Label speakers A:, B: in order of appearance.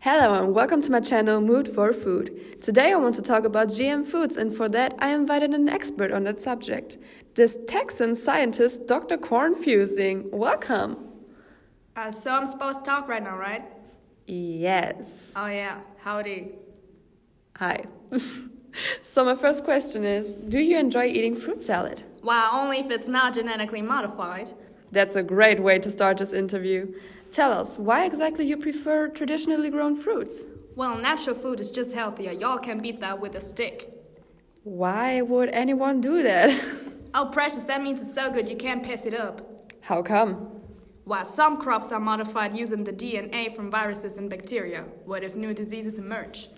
A: Hello and welcome to my channel Mood for Food. Today I want to talk about GM foods and for that I invited an expert on that subject. This Texan scientist Dr. Cornfusing. Welcome.
B: Uh, so I'm supposed to talk right now, right?
A: Yes.
B: Oh yeah. Howdy.
A: Hi. so my first question is, do you enjoy eating fruit salad?
B: Well, only if it's not genetically modified.
A: That's a great way to start this interview. Tell us, why exactly you prefer traditionally grown fruits?
B: Well, natural food is just healthier. Y'all can beat that with a stick.
A: Why would anyone do that?
B: Oh, precious, that means it's so good you can't pass it up.
A: How come?
B: While some crops are modified using the DNA from viruses and bacteria, what if new diseases emerge?